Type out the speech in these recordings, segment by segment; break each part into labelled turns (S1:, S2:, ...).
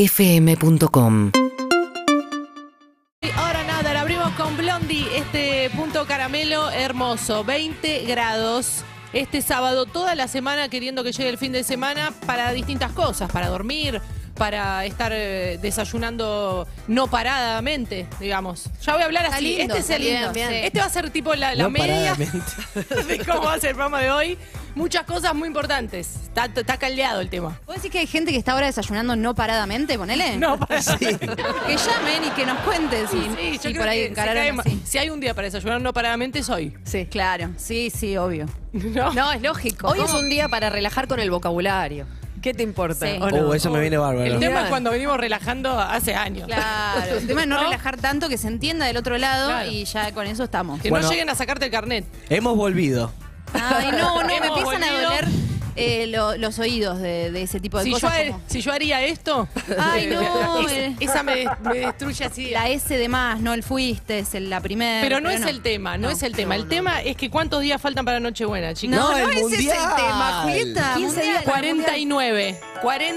S1: urbanaplayfm.com
S2: Ahora nada, la abrimos con Blondie, este punto caramelo hermoso, 20 grados. Este sábado, toda la semana queriendo que llegue el fin de semana para distintas cosas, para dormir, para estar eh, desayunando no paradamente, digamos. Ya voy a hablar
S3: Está
S2: así.
S3: lindo,
S2: este es el
S3: está bien, bien.
S2: Este va a ser tipo la, la
S4: No
S2: media
S4: paradamente.
S2: de cómo va a ser el programa de hoy. Muchas cosas muy importantes. Está, está caldeado el tema.
S3: ¿Vos decís que hay gente que está ahora desayunando no paradamente, ponele?
S2: No, para
S3: Que llamen y que nos cuenten si,
S2: Sí, yo
S3: si
S2: creo
S3: por ahí
S2: que se cae
S3: encararon
S2: ma-
S3: así.
S2: Si hay un día para desayunar no paradamente, es hoy.
S3: Sí, claro. Sí, sí, obvio.
S2: No.
S3: No, es lógico.
S5: Hoy es
S3: ¿Cómo?
S5: un día para relajar con el vocabulario. ¿Qué te importa?
S3: Sí.
S5: ¿O no?
S4: Oh, eso me viene
S2: El
S4: bárbaro.
S2: tema es
S5: Bien.
S2: cuando venimos relajando hace años.
S3: Claro. El tema es no,
S2: ¿No?
S3: relajar tanto que se entienda del otro lado
S2: Claro.
S3: y ya con eso estamos.
S2: Que
S4: Bueno.
S2: no lleguen a sacarte el carnet.
S4: Hemos volvido.
S3: Ay, no, no, me
S2: Hemos
S3: empiezan a
S2: volvido.
S3: doler eh, lo- los oídos de, de ese tipo de
S2: Si yo,
S3: Pues cosas.
S2: ha-
S3: como
S2: si yo haría esto,
S3: Ay, no,
S2: es-
S3: el-
S2: esa me, me destruye así.
S3: la S de más, no el fuiste, es el- la primera.
S2: pero no es el tema, no, es el tema. el tema es que cuántos días faltan para Nochebuena, chicos.
S3: No,
S4: No,
S3: no,
S4: el
S3: ese es el
S4: mundial.
S3: tema, Julieta.
S5: 15
S3: mundial.
S5: días
S2: 49.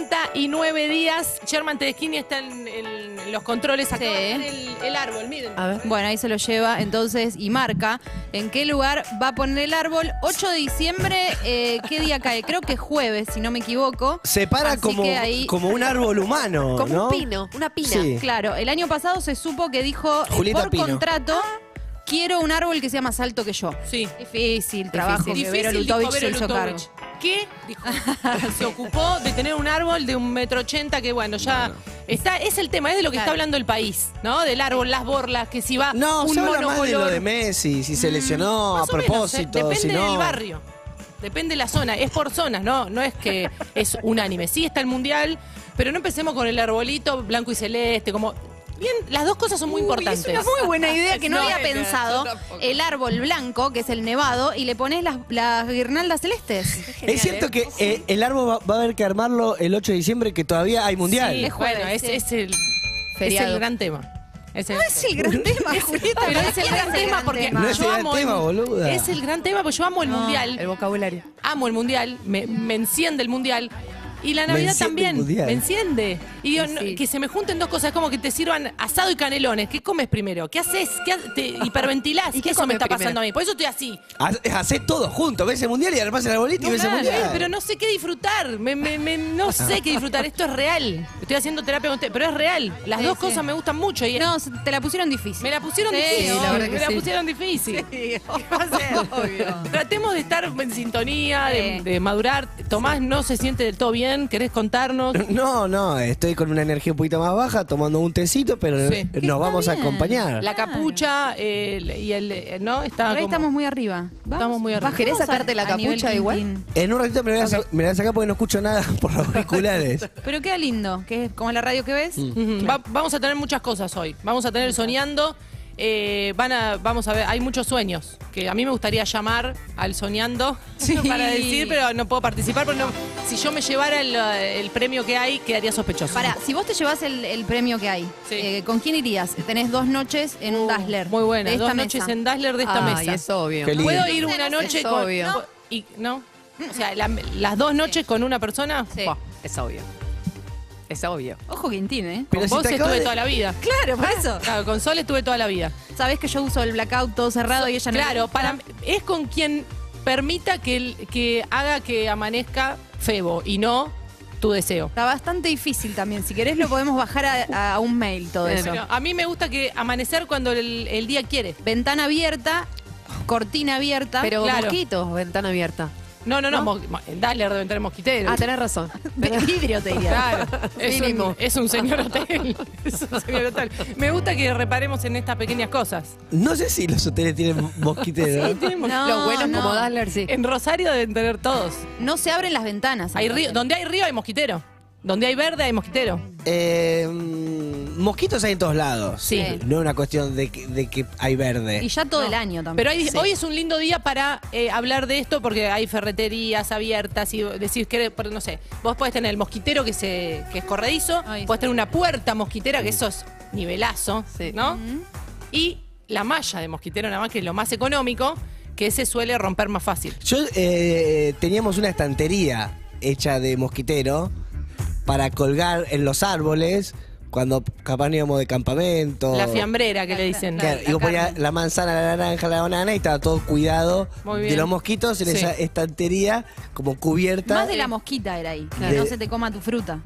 S2: 49 días. Sherman Tedeschini está en, en- en los controles acá.
S3: Sí.
S2: El, el árbol, miren.
S5: A ver.
S3: Bueno, ahí se lo lleva entonces y marca en qué lugar va a poner el árbol. 8 de diciembre, eh, ¿qué día cae? Creo que jueves, si no me equivoco.
S4: Se para
S3: Así
S4: como,
S3: que ahí-
S4: como un árbol humano,
S5: Como
S4: ¿no?
S5: un pino, una pina.
S4: Sí.
S3: Claro, el año pasado se supo que dijo eh,
S4: Julieta
S3: por
S4: Pino.
S3: contrato, quiero un árbol que sea más alto que yo.
S2: Sí.
S3: Difícil trabajo que Vero
S2: dijo
S3: Lutovic se
S2: Vero
S3: hizo cargo.
S2: Lutovic. ¿Qué? Dijo. se ocupó de tener un árbol de un metro ochenta que bueno, ya está, es el tema, es de lo que
S3: Claro.
S2: está hablando el país, ¿no? Del árbol, las borlas, que si va
S4: No,
S2: un
S4: se habla más de lo
S2: monocolor. Mm,
S4: de Messi, si se lesionó
S2: Más
S4: a
S2: o menos, eh,
S4: propósito,
S2: Depende
S4: si no.
S2: del barrio. Depende de la zona, es por zonas, no, no es que es unánime. Sí está el mundial, pero no empecemos con el arbolito blanco y celeste, como bien, las dos cosas son muy importantes.
S3: Es una muy buena idea que no,
S2: No,
S3: había
S2: no,
S3: pensado. El árbol blanco, que es el nevado, y le pones las, las guirnaldas celestes.
S4: Es cierto que eh, el árbol va, va a haber que armarlo el 8 de diciembre, que todavía hay mundial.
S2: Sí,
S3: Es jueves,
S2: bueno, es,
S3: sí.
S2: es el, es
S3: Feriado.
S2: el gran tema. Es el-
S3: Es el gran tema, Julieta.
S2: Pero es el
S3: ¿Quién
S2: gran tema porque
S4: No es
S2: yo
S4: el gran
S2: amo
S4: tema, boluda.
S2: Es el gran tema porque yo amo el
S5: El
S2: mundial,
S5: vocabulario.
S2: amo el mundial, me, me enciende el mundial. Y la
S4: Me
S2: Navidad
S4: enciende el
S2: también,
S4: mundial.
S2: me enciende. Y digo, no,
S5: sí.
S2: que se me junten dos cosas, es como que te sirvan asado y canelones. ¿Qué comes primero? ¿Qué haces? ¿Qué ha- te hiperventilás?
S5: ¿Y
S2: ¿Qué
S5: qué
S2: eso me
S5: comes
S2: está pasando
S5: primero?
S2: a mí? Por eso estoy así.
S4: Ha- Hacés todo junto, ves el mundial y armás el arbolito y ves el
S2: Claro,
S4: mundial.
S2: eh, Pero no sé qué disfrutar, me, me- me- no sé qué disfrutar, esto es real. Estoy haciendo terapia con usted, pero es real. Las
S3: Sí,
S2: dos
S3: sí.
S2: cosas me gustan mucho y
S3: No, se- te la pusieron difícil.
S2: Me la pusieron
S3: Sí,
S2: difícil.
S3: la verdad que
S2: me la
S3: sí.
S2: pusieron difícil. ¿Qué va a ser? Tratemos de estar en sintonía, de,
S3: Sí.
S2: de madurar. Tomás no se siente del todo bien, ¿querés contarnos?
S4: No, no, estoy con una energía un poquito más baja, tomando un tecito, pero
S2: Sí.
S4: nos
S3: Está
S4: vamos a
S3: bien.
S4: acompañar.
S2: La capucha eh, el- y el. eh, ¿No? Está
S3: Ahora
S2: como-
S3: estamos muy arriba.
S2: Estamos muy arriba.
S3: ¿Querés
S5: sacarte la capucha igual?
S4: En un ratito me la voy a, sa- me la voy a sacar porque no escucho nada por los auriculares.
S3: Pero queda lindo, que es como la radio que ves.
S2: Ujú. Va- vamos a tener muchas cosas hoy. Vamos a tener el soñando. eh, van a, vamos a ver, hay muchos sueños que a mí me gustaría llamar al soñando para decir, pero no puedo participar porque no- si yo me llevara el, eh, el premio que hay quedaría sospechoso.
S3: Pará, si vos te llevas el, el premio que hay,
S2: Sí. Uh,
S3: eh, ¿con quién irías? Tenés dos noches en un Dazzler.
S2: Muy buena,
S3: de esta
S2: dos
S3: mesa.
S2: noches en Dazzler de esta
S5: Ah,
S2: mesa.
S5: y es obvio.
S4: Qué lindo.
S2: ¿Puedo ir una
S3: No sé,
S2: noche
S5: es
S2: con.?
S5: obvio.
S2: con- y- ¿No? O sea, la- las dos noches con una persona.
S3: Sí.
S5: Buah, es obvio. Es obvio.
S3: Ojo Quintín, ¿eh?
S4: Pero
S2: Con
S4: si
S2: vos
S4: te acabo
S2: estuve
S4: de-
S2: toda la vida.
S3: Claro, por eso.
S2: Claro, con Sol estuve toda la vida.
S3: Sabés que yo uso el blackout todo cerrado y ella no. Ah.
S2: Claro, para, es con quien permita que, el- que haga que amanezca Febo y no tu deseo.
S3: Está bastante difícil también. Si querés lo podemos bajar a, a un mail todo eso.
S2: Pero a mí me gusta que amanecer cuando el, el día quiere.
S3: Ventana abierta, cortina abierta.
S5: Pero
S2: Claro.
S5: mosquitos, ventana abierta.
S2: No, no, no. mo- mo- Dale, deben tener mosquiteros.
S5: Ah, tenés razón.
S3: De vidrio te diría.
S2: Claro, es un,
S5: Mínimo.
S2: es un señor hotel. Es un señor hotel. Me gusta que reparemos en estas pequeñas cosas.
S4: No sé si los hoteles tienen mosquiteros.
S2: Sí, tenemos-
S3: No,
S5: Los buenos
S3: no.
S5: como Dazzler, sí.
S2: En Rosario deben tener todos.
S3: No se abren las ventanas.
S2: Hay río- donde hay río hay mosquitero. Donde hay verde hay mosquitero.
S4: Eh, mm, mosquitos hay en todos lados.
S3: Sí.
S4: No es una cuestión de que, de que hay verde.
S3: Y ya todo el año también.
S2: Pero hay- hoy es un lindo día para eh, hablar de esto porque hay ferreterías abiertas y decís que, por- no sé, vos podés tener el mosquitero que, se, que es corredizo,
S3: Ay,
S2: podés tener una puerta mosquitera que eso es nivelazo,
S5: Sí.
S2: ¿no? Y la malla de mosquitero nada más que es lo más económico, que se suele romper más fácil.
S4: Yo eh, teníamos una estantería hecha de mosquitero para colgar en los árboles cuando capaz no íbamos de campamento.
S2: La fiambrera que le dicen.
S4: Oh. Claro,
S3: La-
S4: y vos
S3: la
S4: ponías
S3: carne.
S4: la manzana, la naranja, la banana y estaba todo cuidado
S2: Muy
S4: de
S2: bien.
S4: los mosquitos en
S2: Sí.
S4: esa estantería como cubierta.
S3: Más de la mosquita era ahí, que
S4: De-
S3: no se te coma tu fruta.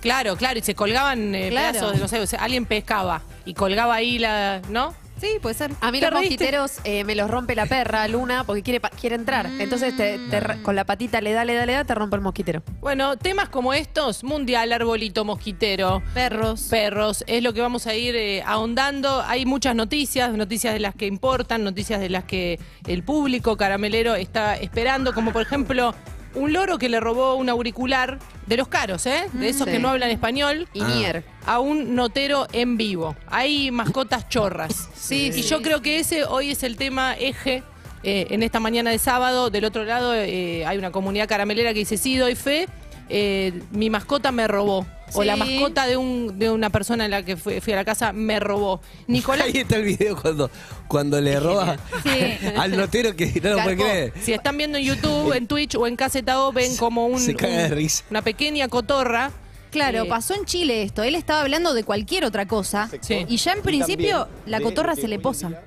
S2: Claro, claro, y se colgaban eh,
S3: Claro.
S2: pedazos de los árboles. Alguien pescaba y colgaba ahí la. ¿No?
S3: Sí, puede ser.
S5: A mí
S2: ¿Te
S5: los
S2: reíste?
S5: mosquiteros eh, me los rompe la perra, Luna, porque quiere, pa- quiere entrar. Entonces te- te re- con la patita le da, le da, le da, te rompe el mosquitero.
S2: Bueno, temas como estos: mundial, arbolito, mosquitero.
S3: Perros.
S2: perros. Es lo que vamos a ir eh, ahondando. Hay muchas noticias, noticias de las que importan, noticias de las que el público caramelero está esperando, como por ejemplo un loro que le robó un auricular de los caros, ¿eh? De esos
S5: sí.
S2: que no hablan español.
S5: Y Nier.
S2: A un notero en vivo. Hay mascotas chorras.
S3: Sí,
S2: Y
S3: sí.
S2: yo creo que ese hoy es el tema eje. eh, en esta mañana de sábado, del otro lado, eh, hay una comunidad caramelera que dice, sí, doy fe, eh, mi mascota me robó. O la
S3: Sí.
S2: mascota de, un, de una persona en la que fui, fui a la casa me robó. Nicolás,
S4: Ahí está el video cuando, cuando le roba
S3: Sí.
S4: al notero que no lo puede
S5: Garpó.
S4: creer.
S2: si están viendo en YouTube, en Twitch o en Caseta O, ven como un,
S4: Se caga de
S2: un-
S4: risa.
S2: una pequeña cotorra.
S3: Claro,
S2: eh,
S3: pasó en Chile esto. Él estaba hablando de cualquier otra cosa.
S2: Sí.
S3: Y ya en principio la cotorra se le posa.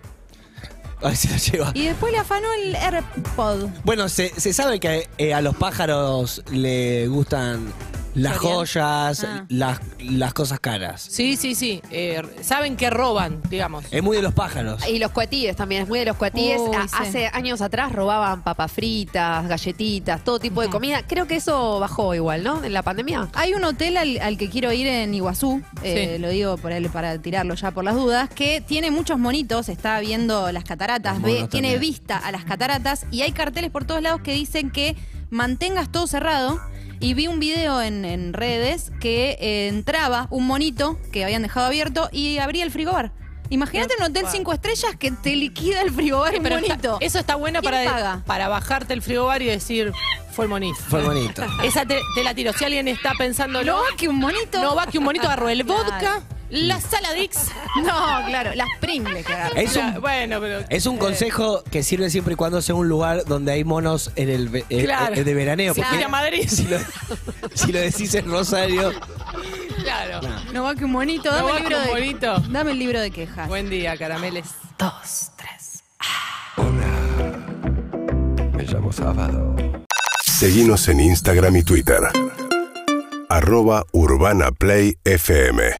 S4: A ver si lo lleva.
S3: Y después le afanó el AirPod.
S4: Bueno, se, se sabe que eh, a los pájaros le gustan las
S3: Chorian.
S4: joyas,
S3: Ah.
S4: las, las cosas caras.
S2: Sí, sí, sí. eh, saben que roban, digamos.
S4: Es muy de los pájaros.
S5: Y los cuatíes también, es muy de los cuatíes.
S3: Uy,
S5: A-
S3: sí.
S5: Hace años atrás robaban papas fritas, galletitas, todo tipo de comida. Creo que eso bajó igual, ¿no? En la pandemia.
S3: Hay un hotel al, al que quiero ir en Iguazú, eh,
S2: Sí.
S3: lo digo por él, para tirarlo ya por las dudas, que tiene muchos monitos, está viendo las cataratas,
S4: Los
S3: ve-
S4: monos
S3: tiene
S4: también.
S3: vista a las cataratas y hay carteles por todos lados que dicen que mantengas todo cerrado. Y vi un video en, en redes que eh, entraba un monito que habían dejado abierto y abría el frigobar. Imagínate un hotel cinco estrellas que te liquida el frigobar un
S2: Pero está-
S3: monito.
S2: eso está bueno
S3: ¿Quién
S2: para, de-
S3: paga?
S2: para bajarte el frigobar y decir, fue el monito.
S4: Fue bonito.
S2: Esa te, te la tiro. Si alguien está pensando,
S3: no
S2: no,
S3: va que un monito.
S2: no va que un monito agarró el
S3: Claro.
S2: vodka, la saladix.
S3: No, claro, las Pringles que agarra.
S4: Es un,
S2: Bueno, pero.
S4: es un consejo que sirve siempre y cuando sea un lugar donde hay monos en el ve- eh,
S2: Claro.
S4: eh, de veraneo.
S2: Si
S4: porque
S2: ir a Madrid,
S4: si lo, si lo decís en Rosario,
S2: claro.
S3: No va que un monito,
S2: No
S3: dame,
S2: va
S3: el, libro
S2: que un
S3: de,
S2: monito.
S3: dame el libro de quejas.
S2: Buen día, carameles.
S5: Dos, tres.
S1: Me llamo Sábado.
S6: Seguinos en Instagram y Twitter. Arroba Urbana Play FM.